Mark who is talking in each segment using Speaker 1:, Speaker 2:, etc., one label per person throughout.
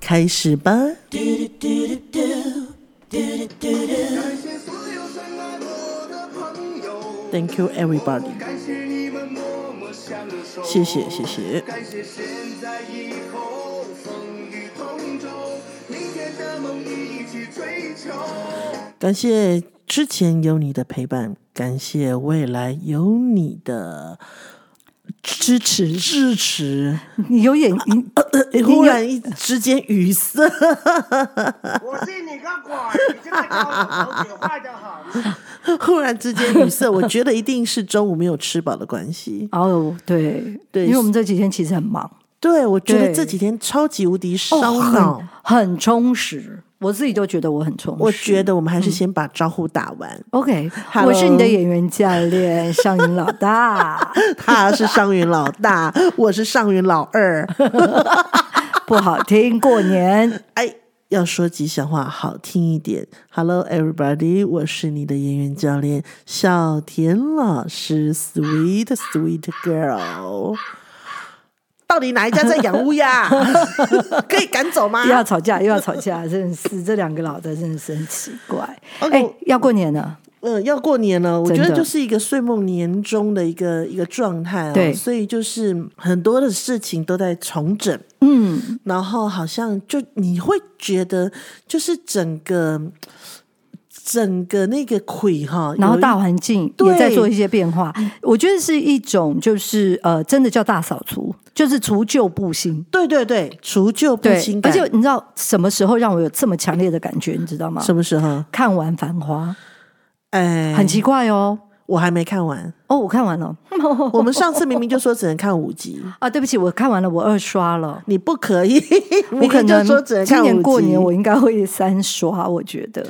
Speaker 1: 开始吧！
Speaker 2: 感谢所有深爱我的朋友，
Speaker 1: Thank you, everybody。
Speaker 2: 感谢你们默默相守，
Speaker 1: 谢谢，谢谢。
Speaker 2: 感谢现在以后风雨同舟，明天的梦一起追求。
Speaker 1: 感谢之前有你的陪伴，感谢未来有你的支持支持。
Speaker 3: 你有演，你
Speaker 1: 呃忽然一之间语塞，
Speaker 2: 我信你个鬼！你这个高手姐坏的很。
Speaker 1: 忽然之间 语塞，我觉得一定是中午没有吃饱的关系。
Speaker 3: 哦，对
Speaker 1: 对
Speaker 3: 因为我们这几天其实很忙，
Speaker 1: 对，我觉得
Speaker 3: 对
Speaker 1: 这几天超级无敌烧
Speaker 3: 哦
Speaker 1: 脑。
Speaker 3: 很很充实，我自己都觉得我很充实。
Speaker 1: 我觉得我们还
Speaker 3: 嗯
Speaker 1: 是先把招呼打完。
Speaker 3: OK，
Speaker 1: Hello
Speaker 3: 我是你的演员教练尚云老 大，
Speaker 1: 他是上云老大， 我是上云老二。
Speaker 3: 不好听，过年
Speaker 1: 哎，要说吉祥话好听一点。Hello everybody，我是你的演员教练小田老师，Sweet Sweet Girl。到底哪一家在养乌 鸦？可以赶走吗
Speaker 3: 又？要吵架，又要吵架，真是这两个老的真的是很奇怪。哎、
Speaker 1: OK，
Speaker 3: 要过年了，
Speaker 1: 嗯，要过年了，我
Speaker 3: 真
Speaker 1: 觉
Speaker 3: 的
Speaker 1: 得就是一个岁末年终的一个一个状态哦。
Speaker 3: 对
Speaker 1: 所以就是很多的事情都在重整。
Speaker 3: 嗯，
Speaker 1: 然后好像就你会觉得，就是整个整个那个溃哈，
Speaker 3: 然后
Speaker 1: 有一
Speaker 3: 大环境
Speaker 1: 对嗯
Speaker 3: 也在做一些变化，我觉得是一种就是呃，真的叫大扫除，就是除旧布新。
Speaker 1: 对对对，除旧布
Speaker 3: 对
Speaker 1: 新，
Speaker 3: 而
Speaker 1: 感
Speaker 3: 且你知道什么时候让我有这么强烈的感觉，你知道吗？
Speaker 1: 什么时候？
Speaker 3: 看完《繁花
Speaker 1: 哎，》
Speaker 3: 很奇怪哦。
Speaker 1: 我还没 看完。
Speaker 3: 哦，我看完了
Speaker 1: 我们上次明明就说只能看五集，
Speaker 3: 啊，对不起，我看完了，我二刷了。
Speaker 1: 你不可以，
Speaker 3: 我
Speaker 1: 明
Speaker 3: 可
Speaker 1: 明就
Speaker 3: 能
Speaker 1: 说只能
Speaker 3: 今
Speaker 1: 看五集。
Speaker 3: 年过年我应该会三刷，我觉得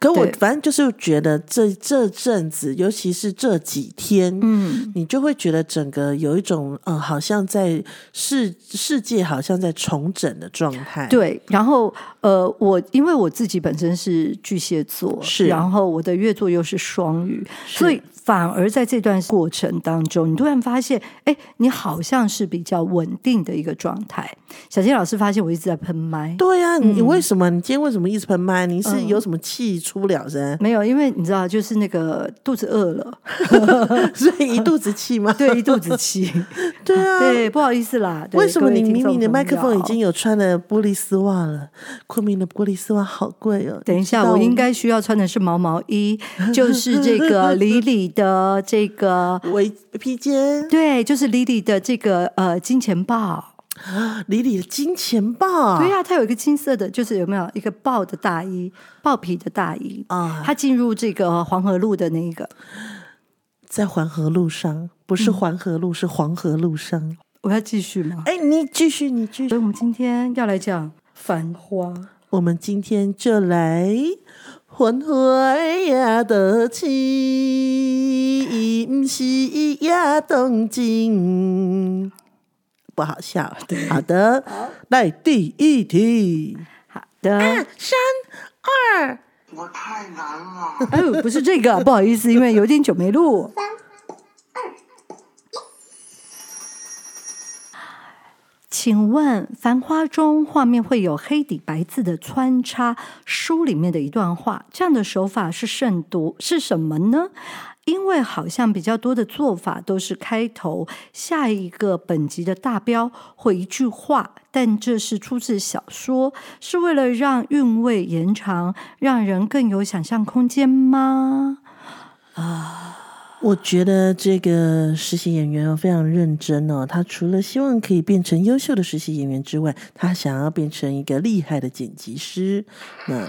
Speaker 1: 可我
Speaker 3: 对
Speaker 1: 反正就是觉得这这阵子，尤其是这几天，嗯，你就会觉得整个有一种嗯、呃好像在世世界好像在重整的状态。
Speaker 3: 对。然后呃，我因为我自己本身是巨蟹座，
Speaker 1: 是
Speaker 3: 然后我的月座又是双鱼，
Speaker 1: 是
Speaker 3: 所以反而在这段过程当中，你突然发现，哎，你好像是比较稳定的一个状态。小金老师发现我一直在喷麦，
Speaker 1: 对呀、你为什么？你今天为什么一直喷麦？你是
Speaker 3: 嗯
Speaker 1: 有什么气出不 了声？
Speaker 3: 没有，因为你知道，就是那个肚子饿 了，
Speaker 1: 所以一肚子气吗？
Speaker 3: 对，一肚子 气，
Speaker 1: 对啊，
Speaker 3: 对，不好意思啦。对
Speaker 1: 为什么
Speaker 3: 各位
Speaker 1: 你
Speaker 3: 听
Speaker 1: 明
Speaker 3: 众
Speaker 1: 明你的
Speaker 3: 朋
Speaker 1: 麦克风已
Speaker 3: 友
Speaker 1: 经有穿了玻璃丝袜了？昆明的玻璃丝袜好贵哦！
Speaker 3: 等一
Speaker 1: 你
Speaker 3: 下，
Speaker 1: 知道
Speaker 3: 我应该需要穿的是毛毛衣，就是这 个李李的这个，
Speaker 1: 围披肩，
Speaker 3: 对，就是李李的这个呃金钱豹。
Speaker 1: 李李的金钱豹，
Speaker 3: 对呀、啊它有一个金色的，就是有没有一个豹的大衣，豹皮的大衣。
Speaker 1: 啊，
Speaker 3: 它进入这个黄河路的那一个，
Speaker 1: 在环河路上，不是环河路，是黄河路上。
Speaker 3: 我要继续吗？
Speaker 1: 哎，你继续，你继
Speaker 3: 所
Speaker 1: 续
Speaker 3: 以，我们今天要来讲《繁花》。
Speaker 1: 我们今天就来。黄河呀的起，不是呀动静，不好笑。好的，来第一题。
Speaker 3: 好的。
Speaker 1: 三二，
Speaker 2: 我太难了。
Speaker 3: 哦，不是这个，不好意思，因为有点久没录。请问《繁花》中画面会有黑底白字的穿插书里面的一段话，这样的手法是慎独是什么呢？因为好像比较多的做法都是开头下一个本集的大标或一句话，但这是出自小说，是为了让韵味延长，让人更有想象空间吗？
Speaker 1: 我觉得这个实习演员哦非常认真哦。他除了希望可以变成优秀的实习演员之外，他想要变成一个厉害的剪辑师。那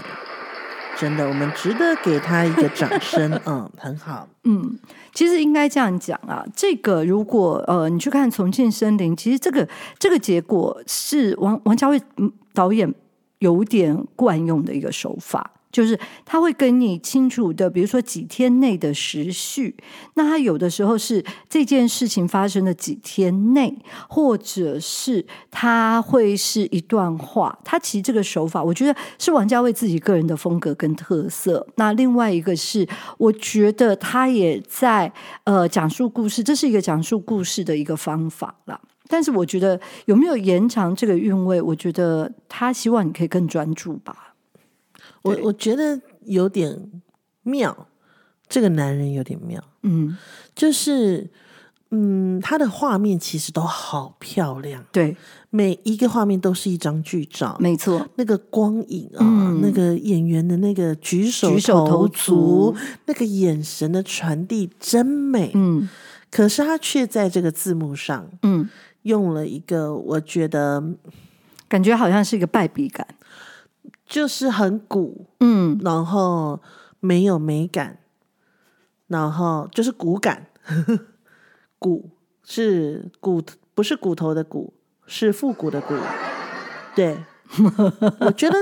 Speaker 1: 真的，我们值得给他一个掌声。嗯，很好。
Speaker 3: 嗯，其实应该这样讲啊，这个如果呃你去看《重庆森林》，其实这个这个结果是王王家卫嗯导演有点惯用的一个手法，就是他会跟你清楚的，比如说几天内的时序。那他有的时候是这件事情发生的几天内，或者是他会是一段话。他其实这个手法，我觉得是王家卫自己个人的风格跟特色。那另外一个是，我觉得他也在呃讲述故事，这是一个讲述故事的一个方法啦。但是我觉得有没有延长这个韵味，我觉得他希望你可以更专注吧。
Speaker 1: 我
Speaker 3: 对
Speaker 1: 我觉得有点妙，这个男人有点妙，
Speaker 3: 嗯，
Speaker 1: 就是嗯，他的画面其实都好漂亮，
Speaker 3: 对，
Speaker 1: 每一个画面都是一张剧照，
Speaker 3: 没错，
Speaker 1: 那个光影啊，
Speaker 3: 嗯
Speaker 1: 那个演员的那个举手
Speaker 3: 举手投
Speaker 1: 足
Speaker 3: 足，
Speaker 1: 那个眼神的传递真美。
Speaker 3: 嗯
Speaker 1: 可是他却在这个字幕上
Speaker 3: 嗯，
Speaker 1: 用了一个，我觉得
Speaker 3: 感觉好像是一个败笔感。
Speaker 1: 就是很古，
Speaker 3: 嗯，
Speaker 1: 然后没有美感，然后就是骨感， 骨是骨，不是骨头的骨，是复古的骨。对， 我觉得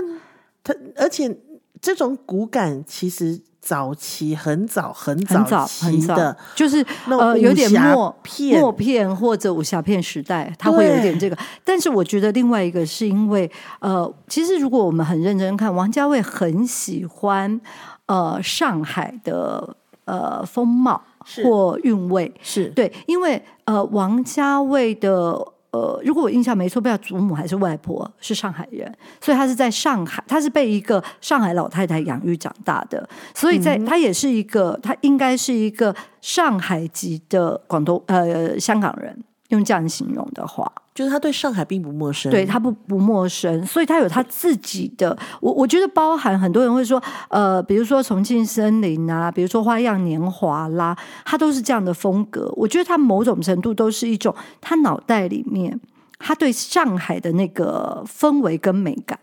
Speaker 1: 它，而且这种骨感其实早期很早很
Speaker 3: 很早很
Speaker 1: 期
Speaker 3: 早
Speaker 1: 的，
Speaker 3: 就是
Speaker 1: 那种
Speaker 3: 呃有点
Speaker 1: 武侠
Speaker 3: 默
Speaker 1: 片
Speaker 3: 默片或者武侠片时代，它会有一点这个。 但是我觉得另外一个是因为呃，其实如果我们很认真看，王家卫很喜欢呃上海的呃风貌
Speaker 1: 是
Speaker 3: 或韵味。
Speaker 1: 是
Speaker 3: 对，因为呃，王家卫的呃，如果我印象没错，不知道祖母还是外婆是上海人，所以他是在上海，他是被一个上海老太太养育长大的，所以在、他也是一个，他应该是一个上海籍的广东呃香港人。用这样形容的话，
Speaker 1: 就是他对上海并不陌生。
Speaker 3: 对他不不陌生，所以他有他自己的。我我觉得包含很多人会说，呃，比如说《重庆森林》啊，比如说《花样年华》啦，他都是这样的风格。我觉得他某种程度都是一种他脑袋里面他对上海的那个氛围跟美感，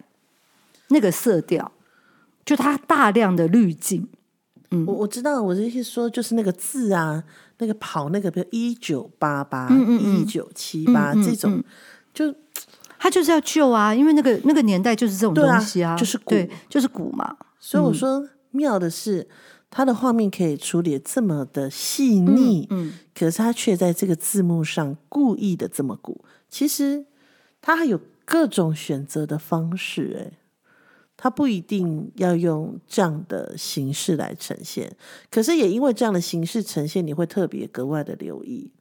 Speaker 3: 那个色调，就他大量的滤镜。
Speaker 1: 我我知道，我的意思说就是那个字啊，那个跑那个，比如一九八八、
Speaker 3: 嗯嗯
Speaker 1: 一
Speaker 3: 嗯
Speaker 1: 九七八
Speaker 3: 嗯嗯
Speaker 1: 这种，就
Speaker 3: 他就是要旧啊，因为那个那个年代就是这种
Speaker 1: 对啊
Speaker 3: 东西啊，
Speaker 1: 就是古
Speaker 3: 对，就是古嘛，
Speaker 1: 所以我说、妙的是，它的画面可以处理得这么的细腻，
Speaker 3: 嗯
Speaker 1: 可是它却在这个字幕上故意的这么鼓。其实它还有各种选择的方式、哎，它不一定要用这样的形式来呈现，可是也因为这样的形式呈现，你会特别格外的留意。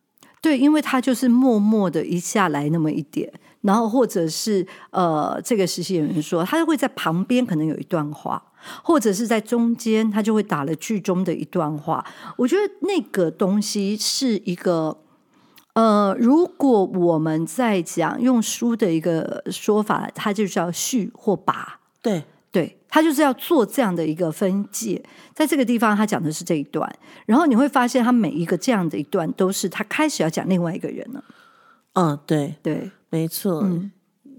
Speaker 3: 对，因为他就是默默的一下来那么一点，然后或者是呃，这个实习演员说，他就会在旁边可能有一段话，或者是在中间，他就会打了剧中的一段话。我觉得那个东西是一个。呃，如果我们在讲用书的一个说法，它就是要续或拔，
Speaker 1: 对，
Speaker 3: 对他就是要做这样的一个分界，在这个地方他讲的是这一段，然后你会发现他每一个这样的一段都是他开始要讲另外一个人了，
Speaker 1: 嗯，对，
Speaker 3: 对，
Speaker 1: 没错。
Speaker 3: 嗯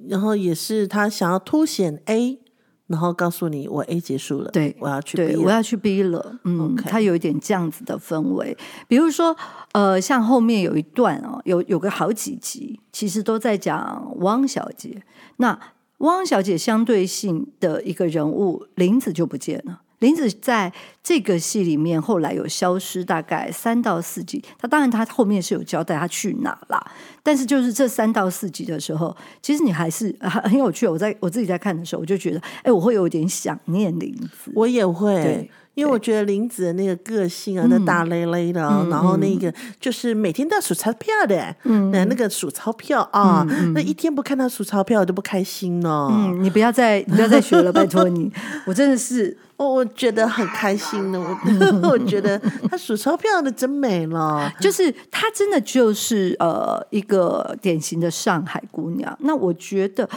Speaker 1: 然后也是他想要凸显 A，然后告诉你我 A 结束了，
Speaker 3: 对
Speaker 1: 我要去 B
Speaker 3: 对，我
Speaker 1: 了
Speaker 3: 要去逼了，嗯
Speaker 1: OK
Speaker 3: 他有一点这样子的氛围，比如说呃，像后面有一段哦，有有个好几集，其实都在讲汪小姐，那汪小姐相对性的一个人物林子就不见了。林子在这个戏里面后来有消失，大概三到四集。他当然他后面是有交代他去哪啦，但是就是这三到四集的时候，其实你还是 很很有趣哦。我在我自己在看的时候，我就觉得，哎，我会有点想念林子。
Speaker 1: 我也会
Speaker 3: 对，嗯
Speaker 1: 因为我觉得林子的那个个性啊，那大咧咧的啊，然后那个就是每天都要数钞票的，
Speaker 3: 嗯
Speaker 1: 那那个数钞票啊，那一天不看他数钞票我都不开心呢。
Speaker 3: 嗯，你不要再你不要再学了，拜托你， 我真的是
Speaker 1: 哦我我觉得很开心 呢，我我觉得他数钞票的真美了。
Speaker 3: 就是她真的就是呃一个典型的上海姑娘。那我觉得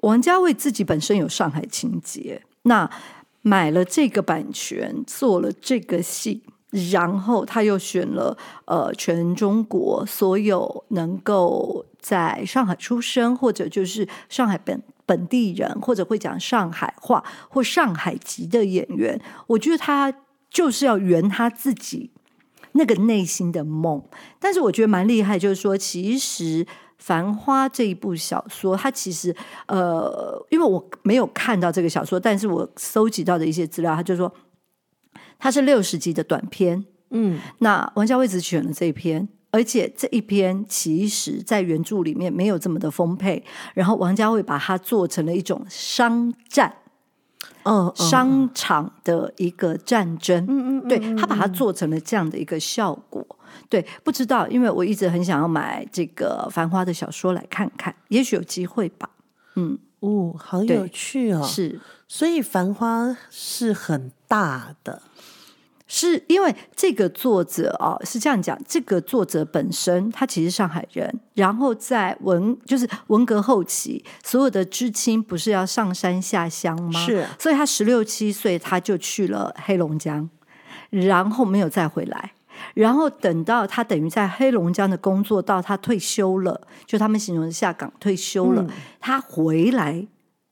Speaker 3: 王家卫自己本身有上海情节，那买了这个版权，做了这个戏。然后他又选了呃，全中国所有能够在上海出生，或者就是上海本本地人，或者会讲上海话或上海籍的演员，我觉得他就是要圆他自己那个内心的梦。但是我觉得蛮厉害，就是说，其实繁花》这一部小说，它其实呃，因为我没有看到这个小说，但是我搜集到的一些资料，他就说它是六十集的短篇，
Speaker 1: 嗯，
Speaker 3: 那王家卫只选了这一篇，而且这一篇其实在原著里面没有这么的丰沛，然后王家卫把它做成了一种商战、
Speaker 1: 哦，哦
Speaker 3: 商场的一个战争。
Speaker 1: 嗯嗯，
Speaker 3: 对
Speaker 1: 嗯
Speaker 3: 他把它做成了这样的一个效果。对，不知道，因为我一直很想要买这个《繁花》的小说来看看，也许有机会吧。嗯，
Speaker 1: 哦，好
Speaker 3: 对
Speaker 1: 有趣哦。，
Speaker 3: 是
Speaker 1: 所以《繁花》是很大的，
Speaker 3: 是因为这个作者啊、是这样讲，这个作者本身他其实上海人，然后在文就是文革后期，所有的知青不是要上山下乡吗？
Speaker 1: 是啊
Speaker 3: 所以他十六七岁他就去了黑龙江，然后没有再回来。然后等到他等于在黑龙江的工作到他退休了，就他们形容的下岗退休了，他回来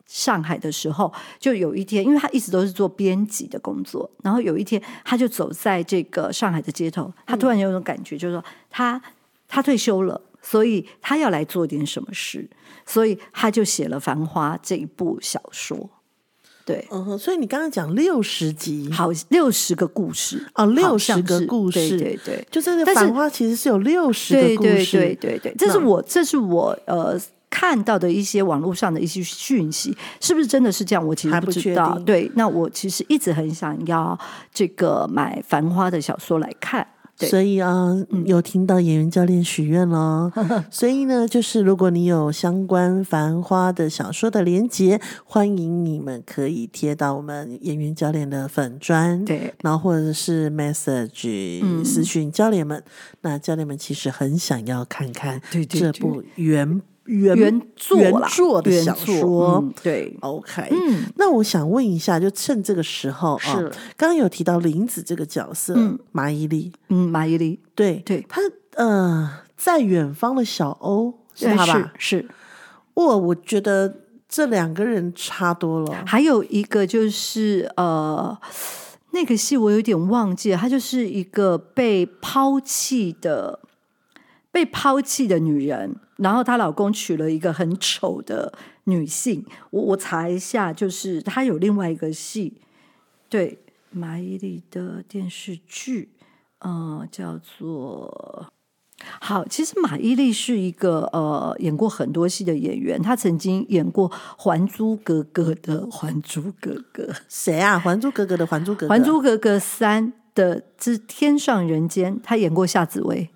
Speaker 3: 上海的时候，就有一天，因为他一直都是做编辑的工作，然后有一天他就走在这个上海的街头，他突
Speaker 1: 嗯
Speaker 3: 然有一种感觉，就是说他他退休了。所以他要来做点什么事，所以他就写了《繁花》这一部小说。对，
Speaker 1: 嗯哼，所以你刚刚讲六十集，
Speaker 3: 好六十个故事
Speaker 1: 哦60
Speaker 3: 好像
Speaker 1: 嗯个
Speaker 3: 是
Speaker 1: 故
Speaker 3: 对
Speaker 1: 事
Speaker 3: 对对，
Speaker 1: 就是《
Speaker 3: 但是
Speaker 1: 繁花》其实是有六十
Speaker 3: 对
Speaker 1: 个故
Speaker 3: 对
Speaker 1: 事，
Speaker 3: 对对对，这是
Speaker 1: 那
Speaker 3: 我这是我呃看到的一些网络上的一些讯息，是不是真的是这样？我其实
Speaker 1: 还不
Speaker 3: 知
Speaker 1: 确
Speaker 3: 道
Speaker 1: 定。
Speaker 3: 对，那我其实一直很想要这个买《繁花》的小说来看。对嗯
Speaker 1: 所以啊，有听到演员教练许愿 喽。所以呢，就是如果你有相关《繁花》的小说的连接，欢迎你们可以贴到我们演员教练的粉砖，，
Speaker 3: 对
Speaker 1: 然后或者是 message、
Speaker 3: 嗯
Speaker 1: 私讯教练们。那教练们其实很想要看看
Speaker 3: 对对
Speaker 1: 这
Speaker 3: 对
Speaker 1: 部原原
Speaker 3: 原作
Speaker 1: 原
Speaker 3: 啦
Speaker 1: 作的
Speaker 3: 原
Speaker 1: 小
Speaker 3: 作
Speaker 1: 说。
Speaker 3: 嗯对，
Speaker 1: OK，
Speaker 3: 嗯，
Speaker 1: 那我想问一下，就趁这个时候啊，
Speaker 3: 是
Speaker 1: 刚刚有提到林子这个角色，
Speaker 3: 嗯
Speaker 1: 马伊琍，
Speaker 3: 嗯，马伊琍，
Speaker 1: 对
Speaker 3: 对
Speaker 1: 他呃，在远方的小欧是
Speaker 3: 对
Speaker 1: 他吧？
Speaker 3: 是是，
Speaker 1: 哇，我觉得这两个人差多了。
Speaker 3: 还有一个就是呃。那个戏我有点忘记了，她就是一个被抛弃的、被抛弃的女人，然后她老公娶了一个很丑的女性。我我查一下，就是她有另外一个戏，对马伊琍的电视剧，呃，叫做。好，其实马伊琍是一个呃演过很多戏的演员，她曾经演过《还珠格格》的《还珠格格》。
Speaker 1: 谁啊？《还珠格格》的《还珠格格》，
Speaker 3: 《还珠格格三》的之《天上人间》，他演过夏紫薇，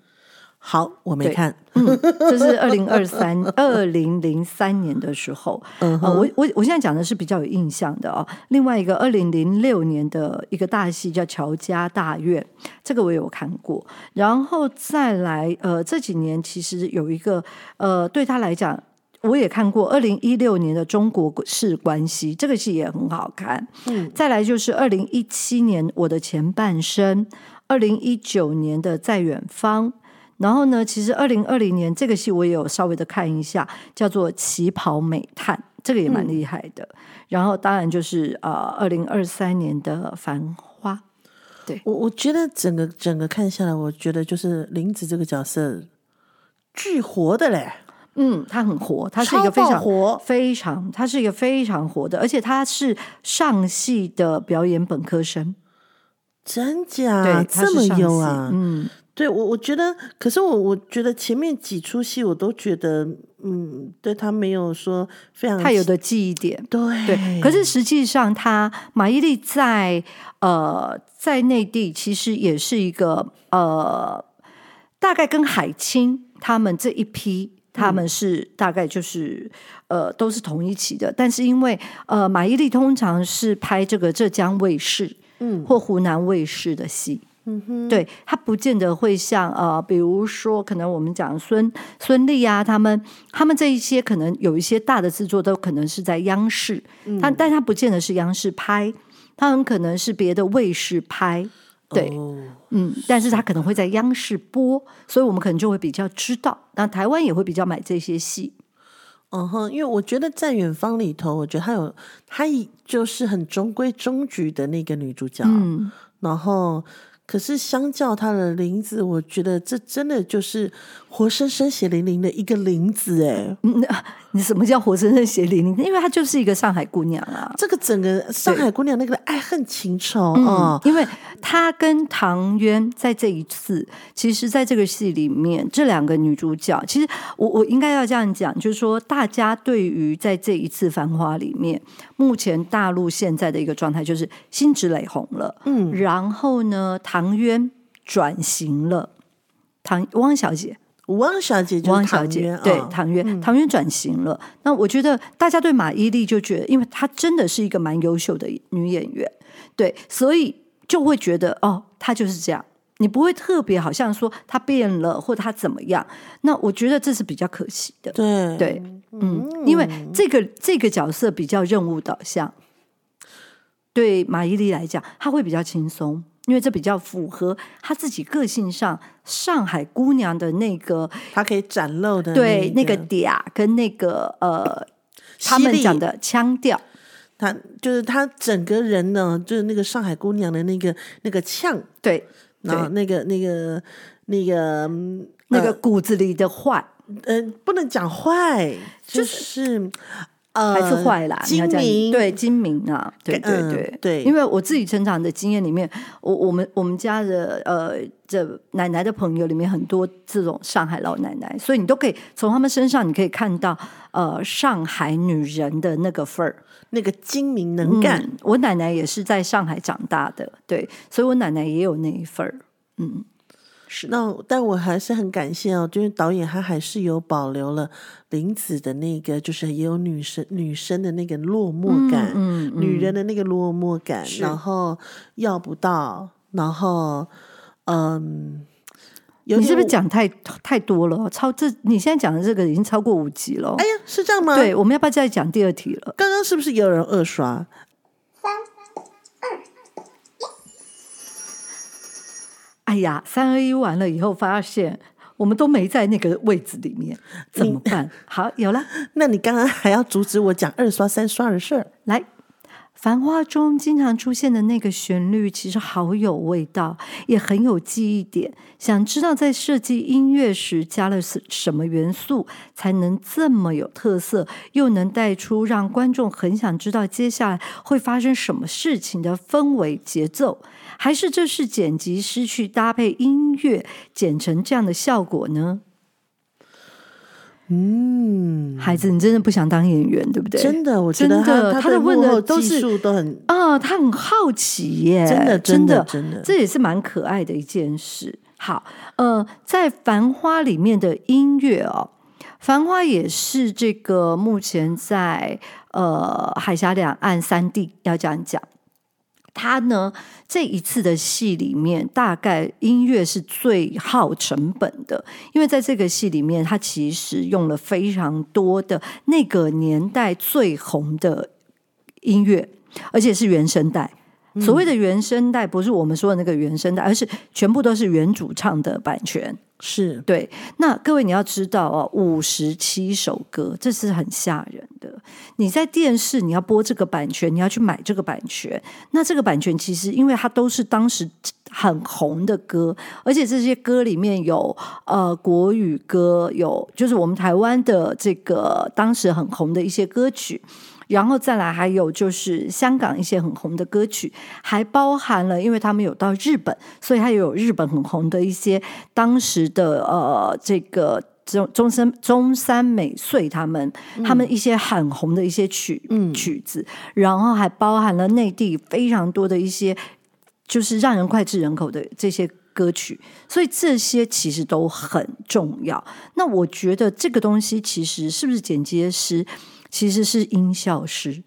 Speaker 1: 好，我没
Speaker 3: 对
Speaker 1: 看。
Speaker 3: 这是二零二三二零零三年的时候。
Speaker 1: 嗯
Speaker 3: 呃，
Speaker 1: 哼，
Speaker 3: 我我我现在讲的是比较有印象的哦。另外一个二零零六年的一个大戏叫《乔家大院》，这个我有看过。然后再来，呃，这几年其实有一个，呃，对他来讲。我也看过二零一六年的《中国式关系》，这个戏也很好看。
Speaker 1: 嗯，
Speaker 3: 再来就是二零一七年《我的前半生》，二零一九年的《在远方》，然后呢，其实二零二零年这个戏我也有稍微的看一下，叫做《旗袍美探》，这个也蛮厉害的。然后当然就是呃，二零二三年的《繁花》，
Speaker 1: 我我觉得整个整个看下来，我觉得就是林子这个角色巨活的嘞，
Speaker 3: 嗯，他很活，他是一个非
Speaker 1: 超爆
Speaker 3: 常
Speaker 1: 活。
Speaker 3: 非常，他是一个非常活的，而且他是上戏的表演本科生，
Speaker 1: 真
Speaker 3: 对
Speaker 1: 假，
Speaker 3: 他
Speaker 1: 啊这
Speaker 3: 是
Speaker 1: 么
Speaker 3: 上
Speaker 1: 优
Speaker 3: 戏
Speaker 1: 啊？
Speaker 3: 嗯，
Speaker 1: 对我，我觉得，可是我我觉得前面几出戏我都觉得，嗯，对他没有说非常
Speaker 3: 他有的记忆点。
Speaker 1: 对
Speaker 3: 对，可是实际上他，马伊琍在呃在内地其实也是一个呃，大概跟海清他们这一批。他们是大概就是呃都是同一期的，但是因为呃马伊琍通常是拍这个浙江卫视
Speaker 1: 嗯
Speaker 3: 或湖南卫视的戏，
Speaker 1: 嗯哼，
Speaker 3: 对他不见得会像呃，比如说可能我们讲孙孙俪啊，他们他们这一些可能有一些大的制作都可能是在央视，
Speaker 1: 嗯
Speaker 3: 他但他不见得是央视拍，他很可能是别的卫视拍。对，
Speaker 1: 哦
Speaker 3: 嗯，但是他可能会在央视播，所以我们可能就会比较知道。那台湾也会比较买这些戏，
Speaker 1: 嗯哼，因为我觉得在远方里头，我觉得她有她一就是很中规中矩的那个女主角，
Speaker 3: 嗯，
Speaker 1: 然后可是相较她的林子，我觉得这真的就是活生生血淋淋的一个林子，哎，
Speaker 3: 嗯你什么叫活生生血淋淋？因为她就是一个上海姑娘啊。
Speaker 1: 这个整个上海姑娘那个爱恨情仇
Speaker 3: 嗯
Speaker 1: 啊，，
Speaker 3: 因为她跟唐渊在这一次，其实在这个戏里面，这两个女主角，其实我我应该要这样讲，就是说，大家对于在这一次《繁花》里面，目前大陆现在的一个状态就是辛芷蕾红了，嗯，然后呢，唐渊转型了，唐汪小姐。
Speaker 1: 汪小姐就
Speaker 3: 汪
Speaker 1: 是
Speaker 3: 小
Speaker 1: 唐
Speaker 3: 姐
Speaker 1: 渊，
Speaker 3: 对
Speaker 1: 啊
Speaker 3: 唐渊，唐渊转型了。那我觉得大家对马伊琍就觉得，因为她真的是一个蛮优秀的女演员，对，所以就会觉得哦，她就是这样。你不会特别好像说她变了或她怎么样，那我觉得这是比较可惜的。
Speaker 1: 对
Speaker 3: 对，嗯，因为这个这个角色比较任务导向，对马伊琍来讲，她会比较轻松，因为这比较符合她自己个性上上海姑娘的那个
Speaker 1: 她可以展露的
Speaker 3: 对那个
Speaker 1: 个
Speaker 3: 嗲跟那个呃，
Speaker 1: 犀
Speaker 3: 他们
Speaker 1: 利
Speaker 3: 讲的腔调，
Speaker 1: 她就是她整个人呢，就是那个上海姑娘的那个那个呛，
Speaker 3: 对
Speaker 1: 然
Speaker 3: 对，
Speaker 1: 后啊那个那个那个嗯
Speaker 3: 那个骨子里的坏，
Speaker 1: 呃，不能讲坏，
Speaker 3: 就
Speaker 1: 就是呃，
Speaker 3: 还是坏啦，你
Speaker 1: 精
Speaker 3: 要这样
Speaker 1: 明，
Speaker 3: 对精明啊，对对
Speaker 1: 嗯
Speaker 3: 对
Speaker 1: 对
Speaker 3: 因为我自己成长的经验里面，我我们我们家的呃这奶奶的朋友里面很多这种上海老奶奶，所以你都可以从他们身上你可以看到呃上海女人的那个份儿。
Speaker 1: 那个精明能干，
Speaker 3: 嗯我奶奶也是在上海长大的，对，所以我奶奶也有那一份儿。嗯，是
Speaker 1: 那但我还是很感谢哦，就是导演他还是有保留了林子的那个，就是也有女生女生的那个落寞感，
Speaker 3: 嗯嗯
Speaker 1: 女人的那个落寞感，
Speaker 3: 是
Speaker 1: 然后要不到，然后嗯，有
Speaker 3: 你是
Speaker 1: 点
Speaker 3: 不是？讲太太多了？超这你现在讲的这个已经超过五集了。
Speaker 1: 哎呀，是这样吗？
Speaker 3: 对，，我们要不要再讲第二题了？
Speaker 1: 刚刚是不是有人二刷？
Speaker 3: 哎呀，三二一完了以后，发现我们都没在那个位置里面，怎么办？好，有了，
Speaker 1: 那你刚刚还要阻止我讲二刷三刷的事儿？
Speaker 3: 来，《繁花》中经常出现的那个旋律，其实好有味道，也很有记忆点。想知道在设计音乐时加了什什么元素，才能这么有特色，又能带出让观众很想知道接下来会发生什么事情的氛围节奏？还是这是剪辑师去搭配音乐剪成这样的效果呢？
Speaker 1: 嗯，
Speaker 3: 孩子，你真的不想当演员，对不对？
Speaker 1: 真的，我觉
Speaker 3: 真
Speaker 1: 得
Speaker 3: 的
Speaker 1: 他
Speaker 3: 他
Speaker 1: 对
Speaker 3: 的问
Speaker 1: 幕
Speaker 3: 的
Speaker 1: 后
Speaker 3: 都
Speaker 1: 技
Speaker 3: 是
Speaker 1: 术都很
Speaker 3: 啊、他很好奇耶，
Speaker 1: 真的
Speaker 3: 真
Speaker 1: 真的
Speaker 3: 的，
Speaker 1: 真的
Speaker 3: 这也是蛮可爱的一件事。好，呃，在《繁花》里面的音乐哦，《繁花》也是这个目前在呃海峡两岸三地要这样讲。他呢，这一次的戏里面，大概音乐是最耗成本的，因为在这个戏里面，他其实用了非常多的那个年代最红的音乐，而且是原声带。所谓的原声带，不是我们说的那个原声带，而是全部都是原主唱的版权。
Speaker 1: 是
Speaker 3: 对，那各位你要知道哦，五十七首歌，这是很吓人的。你在电视你要播这个版权，你要去买这个版权，那这个版权其实因为它都是当时很红的歌，而且这些歌里面有呃国语歌，有就是我们台湾的这个当时很红的一些歌曲。然后再来，还有就是香港一些很红的歌曲，还包含了，因为他们有到日本，所以它也有日本很红的一些当时的呃这个中中山中山美穗他们、他们一些很红的一些曲、曲子，然后还包含了内地非常多的一些就是让人脍炙人口的这些歌曲，所以这些其实都很重要。那我觉得这个东西其实是不是剪接师，其实是音效师，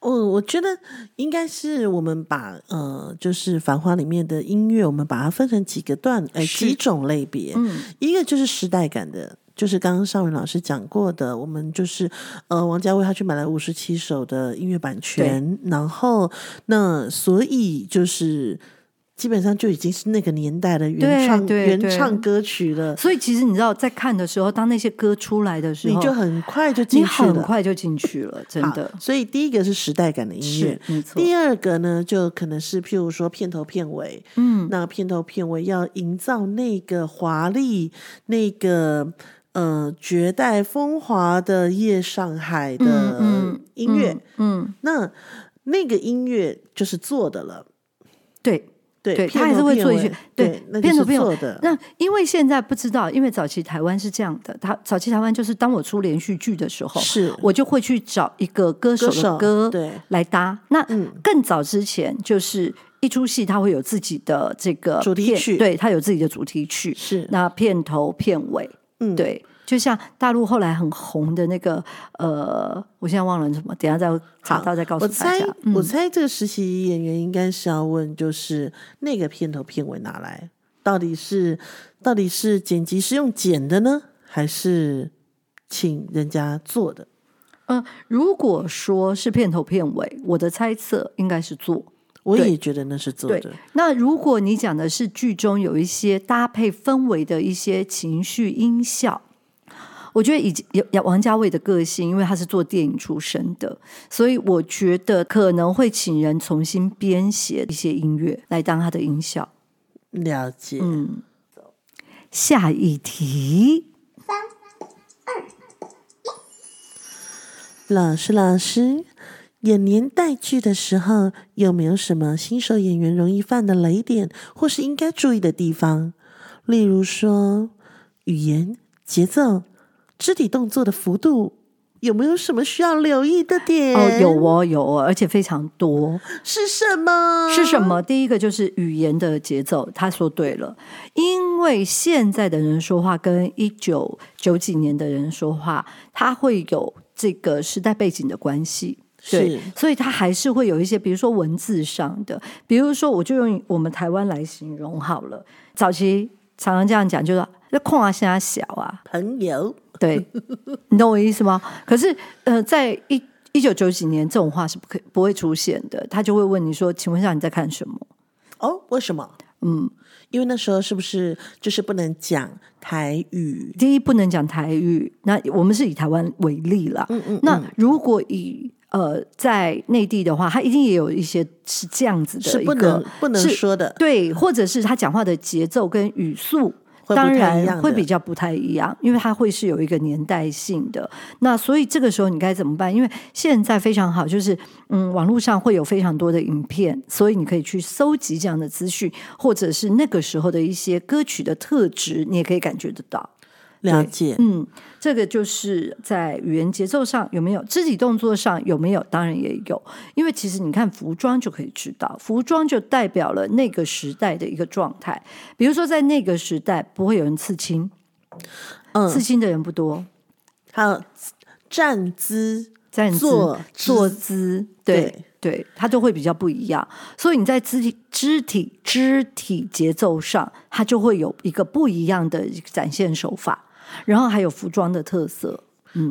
Speaker 1: 哦，我觉得应该是我们把呃，就是《繁花》里面的音乐，我们把它分成几个段，呃，
Speaker 3: 是
Speaker 1: 几种类别。
Speaker 3: 嗯，
Speaker 1: 一个就是时代感的，就是刚刚邵云老师讲过的，我们就是呃，王家卫他去买了五十七首的音乐版权，然后那所以就是。基本上就已经是那个年代的原
Speaker 3: 对
Speaker 1: 创
Speaker 3: 对
Speaker 1: 原
Speaker 3: 对
Speaker 1: 唱歌曲了，
Speaker 3: 所以其实你知道，在看的时候，当那些歌出来的时
Speaker 1: 你
Speaker 3: 候，
Speaker 1: 就很快就
Speaker 3: 你
Speaker 1: 进去
Speaker 3: 很
Speaker 1: 了。
Speaker 3: 快就进去了，真
Speaker 1: 好
Speaker 3: 的
Speaker 1: 所以第一个是时代感的音乐
Speaker 3: 是，没错。
Speaker 1: 第二个呢，就可能是譬如说片头片尾，
Speaker 3: 嗯，
Speaker 1: 那片头片尾要营造那个华丽、那个呃绝代风华的夜上海的
Speaker 3: 嗯
Speaker 1: 音乐，
Speaker 3: 嗯，嗯，
Speaker 1: 那那个音乐就是做的了，
Speaker 3: 对。
Speaker 1: 对，
Speaker 3: 对
Speaker 1: 片
Speaker 3: 他还
Speaker 1: 头
Speaker 3: 是会
Speaker 1: 片
Speaker 3: 做一
Speaker 1: 尾
Speaker 3: 些对
Speaker 1: 对，那
Speaker 3: 片
Speaker 1: 就
Speaker 3: 头
Speaker 1: 是
Speaker 3: 片
Speaker 1: 做
Speaker 3: 尾
Speaker 1: 的，
Speaker 3: 那因为现在不知道，因为早期台湾是这样的，他早期台湾就是当我出连续剧的时候，
Speaker 1: 是
Speaker 3: 我就会去找一个歌手
Speaker 1: 歌
Speaker 3: 的
Speaker 1: 手
Speaker 3: 歌
Speaker 1: 对
Speaker 3: 来搭。那
Speaker 1: 嗯
Speaker 3: 更早之前，就是一出戏，它会有自己的这个
Speaker 1: 主题
Speaker 3: 片
Speaker 1: 曲
Speaker 3: 对，它有自己的主题曲，
Speaker 1: 是
Speaker 3: 那片头片尾，
Speaker 1: 嗯
Speaker 3: 对。就像大陆后来很红的那个，呃，我现在忘了什么，等一下再查
Speaker 1: 好
Speaker 3: 到再告诉
Speaker 1: 我
Speaker 3: 大
Speaker 1: 猜
Speaker 3: 家。，嗯
Speaker 1: 我猜这个实习演员应该是要问，就是那个片头片尾拿来，到底是到底是剪辑是用剪的呢，还是请人家做的？
Speaker 3: 嗯，如果说是片头片尾，我的猜测应该是做。
Speaker 1: 我
Speaker 3: 对
Speaker 1: 也觉得那是做
Speaker 3: 对
Speaker 1: 的，，
Speaker 3: 那如果你讲的是剧中有一些搭配氛围的一些情绪音效，我觉得以及有王家卫的个性，因为他是做电影出身的，所以我觉得可能会请人重新编写一些音乐来当他的音效。
Speaker 1: 了解。
Speaker 3: 嗯，下一题，
Speaker 1: 老师，老师，演年代剧的时候，有没有什么新手演员容易犯的雷点，或是应该注意的地方？例如说，语言、节奏、肢体动作的幅度，有没有什么需要留意的点？
Speaker 3: 哦，有，哦，有哦，而且非常多。
Speaker 1: 是什么？
Speaker 3: 是什？么？第一个就是语言的节奏，他说对了，因为现在的人说话跟一九九几年的人说话，他会有这个时代背景的关系。对
Speaker 1: 是，
Speaker 3: 所以他还是会有一些，比如说文字上的，比如说我就用我们台湾来形容好了。早期常常这样讲，就是那空啊，现在小啊，
Speaker 1: 朋友，
Speaker 3: 对， 你懂我意思吗？可是，呃，在一一九九几年，这种话是不可不会出现的。他就会问你说：“请问一下，你在看什么
Speaker 1: 哦，为什么？嗯，因为那时候是不是就是不能讲台？”语？
Speaker 3: 第一，不能讲台语。那我们是以台湾为例啦。嗯嗯那如果以呃在内地的话，他一定也有一些是这样子
Speaker 1: 是
Speaker 3: 的一
Speaker 1: 不能
Speaker 3: 个
Speaker 1: 不能
Speaker 3: 是
Speaker 1: 说的，
Speaker 3: 对，或者是他讲话的节奏跟语速。
Speaker 1: 会不
Speaker 3: 当
Speaker 1: 太
Speaker 3: 然
Speaker 1: 一样
Speaker 3: 会
Speaker 1: 的
Speaker 3: 比较不太一样，因为它会是有一个年代性的。那所以这个时候你该怎么办？因为现在非常好，就是嗯，网络上会有非常多的影片，所以你可以去搜集这样的资讯，或者是那个时候的一些歌曲的特质，你也可以感觉得到。
Speaker 1: 了解。
Speaker 3: 嗯，这个就是在语言节奏上有没有，肢体动作上有没有，当然也有。因为其实你看服装就可以知道，服装就代表了那个时代的一个状态。比如说，在那个时代，不会有人刺青，
Speaker 1: 嗯
Speaker 3: 刺青的人不多，
Speaker 1: 还有站姿、
Speaker 3: 站姿、
Speaker 1: 坐
Speaker 3: 坐
Speaker 1: 姿
Speaker 3: 姿，对
Speaker 1: 对
Speaker 3: 对，它就会比较不一样。所以你在肢体、肢体、肢体节奏上，它就会有一个不一样的展现手法，然后还有服装的特色。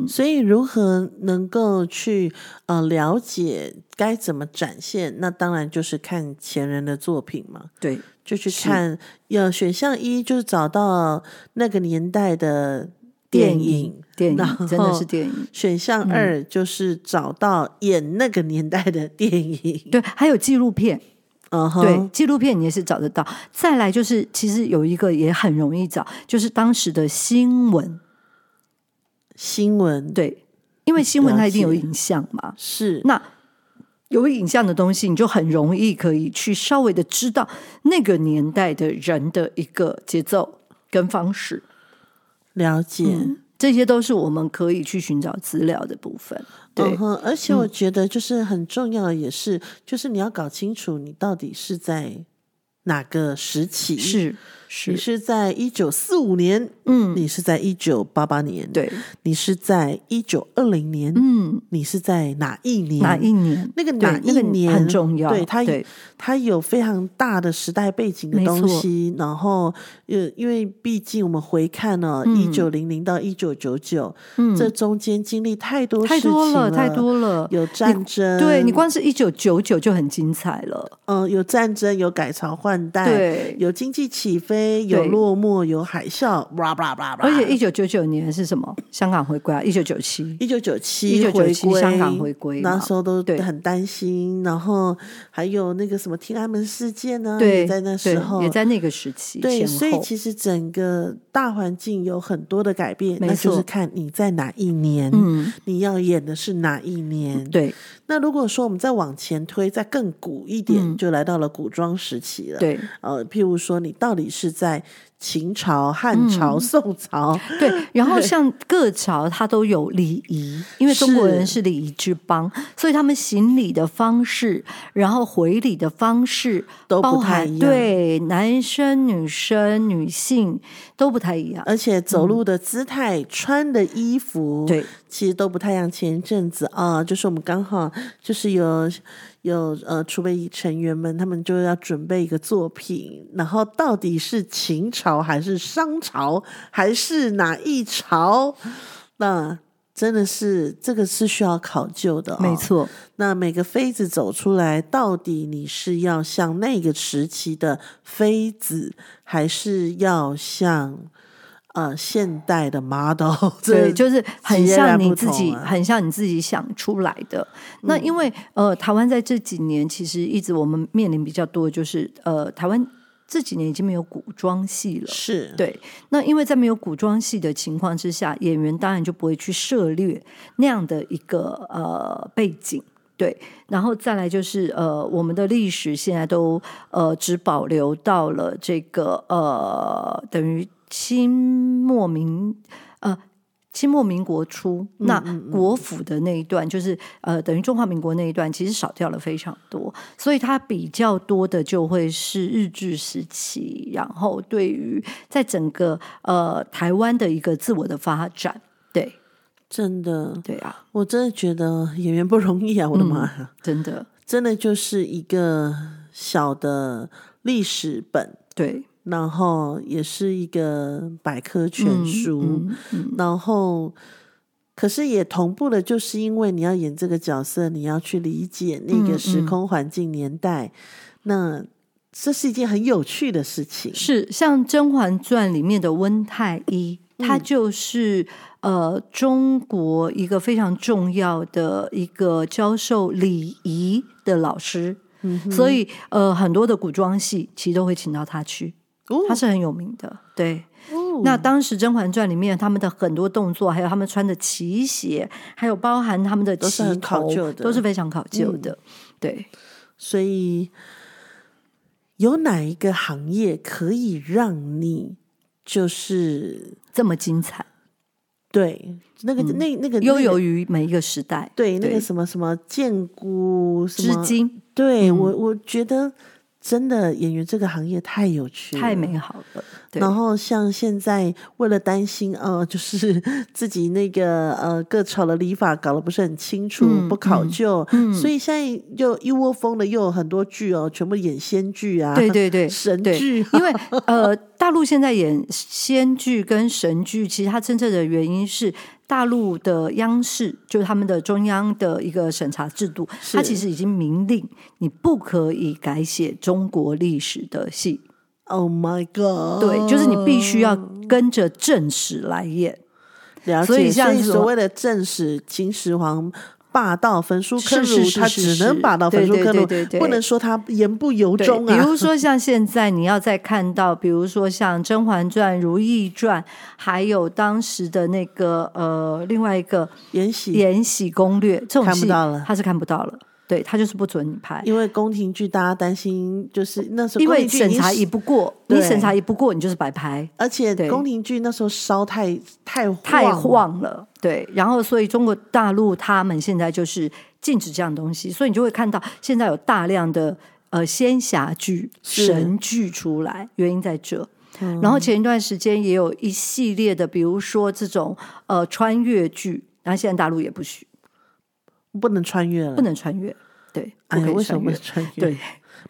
Speaker 1: 所以如何能够去呃了解该怎么展现？那当然就是看前人的作品嘛，
Speaker 3: 对，
Speaker 1: 就去
Speaker 3: 是
Speaker 1: 看。要选项一就是找到那个年代的电影，嗯
Speaker 3: 电
Speaker 1: 然
Speaker 3: 影真的
Speaker 1: 后
Speaker 3: 是电影。
Speaker 1: 选项二就是找到演那个年代的电影。
Speaker 3: 对，还有纪录片，
Speaker 1: 嗯哼，
Speaker 3: 对，纪录片你也是找得到。再来就是，其实有一个也很容易找，就是当时的新闻，
Speaker 1: 新闻
Speaker 3: 对，因为新闻
Speaker 1: 了
Speaker 3: 它一定有
Speaker 1: 解
Speaker 3: 影像嘛，
Speaker 1: 是
Speaker 3: 那有影像的东西，你就很容易可以去稍微的知道那个年代的人的一个节奏跟方式，
Speaker 1: 了解。
Speaker 3: 这些都是我们可以去寻找资料的部分。对
Speaker 1: 嗯，哼，而且我觉得就是很重要，的也是、就是你要搞清楚你到底是在哪个时期，
Speaker 3: 是是
Speaker 1: 你是在一九四五年，
Speaker 3: 嗯
Speaker 1: 你是在一九八八年，，
Speaker 3: 对，
Speaker 1: 你是在一九二零年，
Speaker 3: 嗯，
Speaker 1: 你是在哪一年？
Speaker 3: 哪一年？
Speaker 1: 那个
Speaker 3: 对
Speaker 1: 哪
Speaker 3: 那
Speaker 1: 一
Speaker 3: 个
Speaker 1: 年
Speaker 3: 很重要
Speaker 1: 对它
Speaker 3: 对
Speaker 1: 它有非常大的时代背景的
Speaker 3: 没
Speaker 1: 东
Speaker 3: 错
Speaker 1: 西，然后呃，因为毕竟我们回看呢、
Speaker 3: 嗯
Speaker 1: 一九零零到一九九九，
Speaker 3: 嗯
Speaker 1: 这中间经历太多
Speaker 3: 太
Speaker 1: 事情
Speaker 3: 多了，太多
Speaker 1: 了，
Speaker 3: 了。
Speaker 1: 有嗯战争，
Speaker 3: 对你光是一九九九就很精彩了，
Speaker 1: 嗯、有战争，有改朝换代，，
Speaker 3: 对。
Speaker 1: 哎有经济起飞，有
Speaker 3: 对
Speaker 1: 落寞，有海啸，blah blah blah blah。
Speaker 3: 而且一九九九年是什么？香港回归啊，一九九七。
Speaker 1: 一九九七回
Speaker 3: 1997
Speaker 1: 归，
Speaker 3: 香港回归嘛
Speaker 1: 那时候都
Speaker 3: 对
Speaker 1: 很担心，然后还有那个什么天安门事件呢、
Speaker 3: 对，
Speaker 1: 嗯也在那时
Speaker 3: 对
Speaker 1: 候，
Speaker 3: 也在那个时期
Speaker 1: 对，
Speaker 3: 前
Speaker 1: 所以
Speaker 3: 后
Speaker 1: 其实整个大环境有很多的改变，
Speaker 3: 没
Speaker 1: 那就是
Speaker 3: 错
Speaker 1: 看你在哪一年，
Speaker 3: 嗯，
Speaker 1: 你要演的是哪一年。，
Speaker 3: 对
Speaker 1: 那如果说我们再往前推，再更古一点，
Speaker 3: 嗯
Speaker 1: 就来到了古装时期了。，
Speaker 3: 对
Speaker 1: 呃，譬如说你到底是在秦朝、汉
Speaker 3: 嗯
Speaker 1: 朝、宋朝，
Speaker 3: 对。然后像各朝它都有礼仪，因为中国人是礼仪之邦，所以他们行礼的方式，然后回礼的方式
Speaker 1: 都不
Speaker 3: 包
Speaker 1: 太
Speaker 3: 含
Speaker 1: 一样
Speaker 3: 对，男生、女生、女性都不太一样。
Speaker 1: 而且走路的姿态、穿的衣服，
Speaker 3: 嗯对，
Speaker 1: 其实都不太一样。前一阵子啊，就是我们刚好就是有有呃储备成员们，他们就要准备一个作品，然后到底是秦朝还是商朝还是哪一朝？ 那真的是这个是需要考究的、哦，
Speaker 3: 没。错，
Speaker 1: 那每个妃子走出来，到底你是要像那个时期的妃子，还是要像呃现代的 model？
Speaker 3: 对，
Speaker 1: 这
Speaker 3: 就是很
Speaker 1: 截然
Speaker 3: 像你
Speaker 1: 不
Speaker 3: 自
Speaker 1: 同
Speaker 3: 己，
Speaker 1: 啊嗯
Speaker 3: 很像你自己想出来的。那因为呃，台湾在这几年其实一直我们面临比较多，就是呃，台湾这几年已经没有古装戏了。
Speaker 1: 是
Speaker 3: 对，那因为在没有古装戏的情况之下，演员当然就不会去涉猎那样的一个呃背景。对，然后再来就是呃，我们的历史现在都呃只保留到了这个呃，等于清末民呃清末民国初，那国府的那一段就是呃，等于中华民国那一段，其实少掉了非常多，所以它比较多的就会是日治时期，然后对于在整个呃台湾的一个自我的发展，对
Speaker 1: 真的，
Speaker 3: 对啊，
Speaker 1: 我真的觉得演员不容易啊！我的妈呀，
Speaker 3: 真的
Speaker 1: 真的就是一个小的历史本，
Speaker 3: 对，
Speaker 1: 然后也是一个百科全书。
Speaker 3: 嗯嗯
Speaker 1: 然后，可是也同步的，就是因为你要演这个角色，你要去理解那个
Speaker 3: 嗯
Speaker 1: 时
Speaker 3: 嗯
Speaker 1: 空环境年代，那这是一件很有趣的事情。
Speaker 3: 是像《甄嬛传》里面的温太医，他就是、呃中国一个非常重要的一个教授礼仪的老师，所以呃很多的古装戏其实都会请到他去，
Speaker 1: 哦
Speaker 3: 他是很有名的，对。
Speaker 1: 哦
Speaker 3: 那当时《甄嬛传》里面他们的很多动作，还有他们穿的旗鞋，还有包含他们的
Speaker 1: 都是
Speaker 3: 旗
Speaker 1: 很考
Speaker 3: 头，
Speaker 1: 究的
Speaker 3: 都是非常考究的。嗯对，
Speaker 1: 所以有哪一个行业可以让你就是
Speaker 3: 这么精彩，
Speaker 1: 对那个、那那个
Speaker 3: 嗯悠
Speaker 1: 那
Speaker 3: 游
Speaker 1: 个
Speaker 3: 于每一个时代。
Speaker 1: 对那个
Speaker 3: 对
Speaker 1: 什么什么剑骨什
Speaker 3: 织嗯
Speaker 1: 么，
Speaker 3: 金
Speaker 1: 对、我我觉得真的演员这个行业太有趣了，
Speaker 3: 太美好了。对，
Speaker 1: 然后像现在为了担心呃，就是 自己那个呃各朝的礼法搞得不是很清楚，
Speaker 3: 嗯
Speaker 1: 不考究，
Speaker 3: 嗯
Speaker 1: 所以现在又一窝蜂的又有很多剧哦，全部演仙剧啊，
Speaker 3: 对 对对，
Speaker 1: 神
Speaker 3: 对
Speaker 1: 剧啊、
Speaker 3: 因为呃，大陆现在演仙剧跟神剧，其实它真正的原因是大陆的央视，就是他们的中央的一个审查制度，它
Speaker 1: 是
Speaker 3: 其实已经明令你不可以改写中国历史的戏，
Speaker 1: o h Oh my god，
Speaker 3: 对，就是你必须要
Speaker 1: 哦
Speaker 3: 跟着正史来演。
Speaker 1: 了解，
Speaker 3: 所以像是什么
Speaker 1: 所谓的正史秦始皇。霸道焚书坑儒，
Speaker 3: 是是是
Speaker 1: 他
Speaker 3: 是
Speaker 1: 只
Speaker 3: 是
Speaker 1: 能霸道焚书
Speaker 3: 对对
Speaker 1: 坑儒，
Speaker 3: 对对对
Speaker 1: 不能说他言不由
Speaker 3: 对，
Speaker 1: 衷啊。
Speaker 3: 比如说像现在你要再看到，比如说像《甄嬛传》《如懿传》，还有当时的那个呃另外一个
Speaker 1: 延
Speaker 3: 《
Speaker 1: 禧，
Speaker 3: 延禧攻略》这种戏
Speaker 1: 看不到了
Speaker 3: 他是看不到了，对他就是不准你拍。
Speaker 1: 因为宫廷剧大家担心，就是那时候
Speaker 3: 因
Speaker 1: 宫
Speaker 3: 为
Speaker 1: 廷剧已
Speaker 3: 审
Speaker 1: 经
Speaker 3: 查
Speaker 1: 是
Speaker 3: 一不过，
Speaker 1: 对
Speaker 3: 你审查一不过，你就是白拍，
Speaker 1: 而且
Speaker 3: 对
Speaker 1: 宫廷剧那时候烧太太
Speaker 3: 太
Speaker 1: 了
Speaker 3: 晃了。对，然后所以中国大陆他们现在就是禁止这样东西，所以你就会看到现在有大量的呃仙侠剧、
Speaker 1: 是嗯
Speaker 3: 神剧出来，原因在这。然后前一段时间也有一系列的，比如说这种呃穿越剧，然后现在大陆也不许，
Speaker 1: 不能穿越了，
Speaker 3: 不。能穿越，对，不
Speaker 1: 嗯哎呀，
Speaker 3: 可
Speaker 1: 为
Speaker 3: 以
Speaker 1: 什么
Speaker 3: 穿
Speaker 1: 不
Speaker 3: 越
Speaker 1: 能。穿越？
Speaker 3: 对，，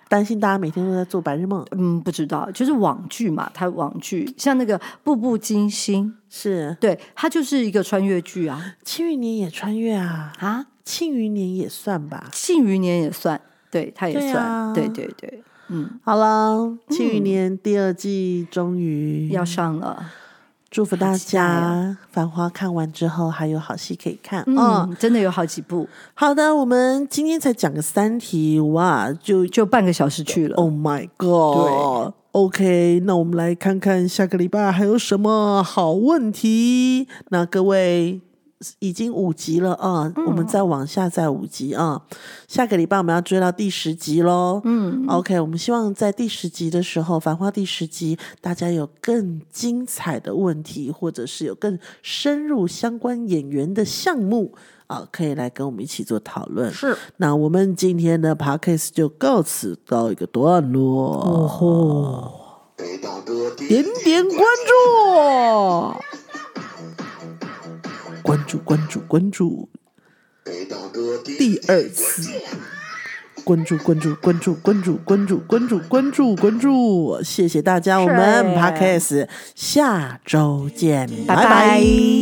Speaker 1: 担心大家每天都在做白日梦。
Speaker 3: 嗯，不知道，就是网剧嘛，它网剧像那个《步步惊心》，
Speaker 1: 是
Speaker 3: 对，它就是一个穿越剧啊
Speaker 1: 庆余年也穿越啊，
Speaker 3: 啊，
Speaker 1: 庆余年也算吧
Speaker 3: 《。庆余年》也算，对，它也
Speaker 1: 对
Speaker 3: 算，
Speaker 1: 啊
Speaker 3: 对对对，嗯，
Speaker 1: 好了，庆余年第二季终于
Speaker 3: 嗯要上了，
Speaker 1: 祝福大
Speaker 3: 好期待
Speaker 1: 家
Speaker 3: 啊，
Speaker 1: 繁花看完之后还有好戏可以看
Speaker 3: 嗯，
Speaker 1: 哦。
Speaker 3: 真的有好几部，
Speaker 1: 好的，我们今天才讲个三题，哇，就
Speaker 3: 就半个小时去了。
Speaker 1: Oh my God！OK，那我们来看看下个礼拜还有什么好问题。那各位已经五集了啊，我们再往下再五集啊。下个礼拜我们要追到第十集喽。
Speaker 3: 嗯，
Speaker 1: OK，我们希望在第十集的时候，《繁花》第十集，大家有更精彩的问题，或者是有更深入相关演员的项目啊，可以来跟我们一起做讨论。
Speaker 3: 是，
Speaker 1: 那我们今天的 podcast 就告此到一个段落，
Speaker 3: 哦
Speaker 2: 北大哥第一
Speaker 1: 点点关注，关注关注关注，
Speaker 2: 北大哥第
Speaker 1: 第二次。关注关注关注关注关注关注关注关注，谢谢大家，我们 podcast 下周见，
Speaker 3: 拜
Speaker 1: 拜
Speaker 3: 拜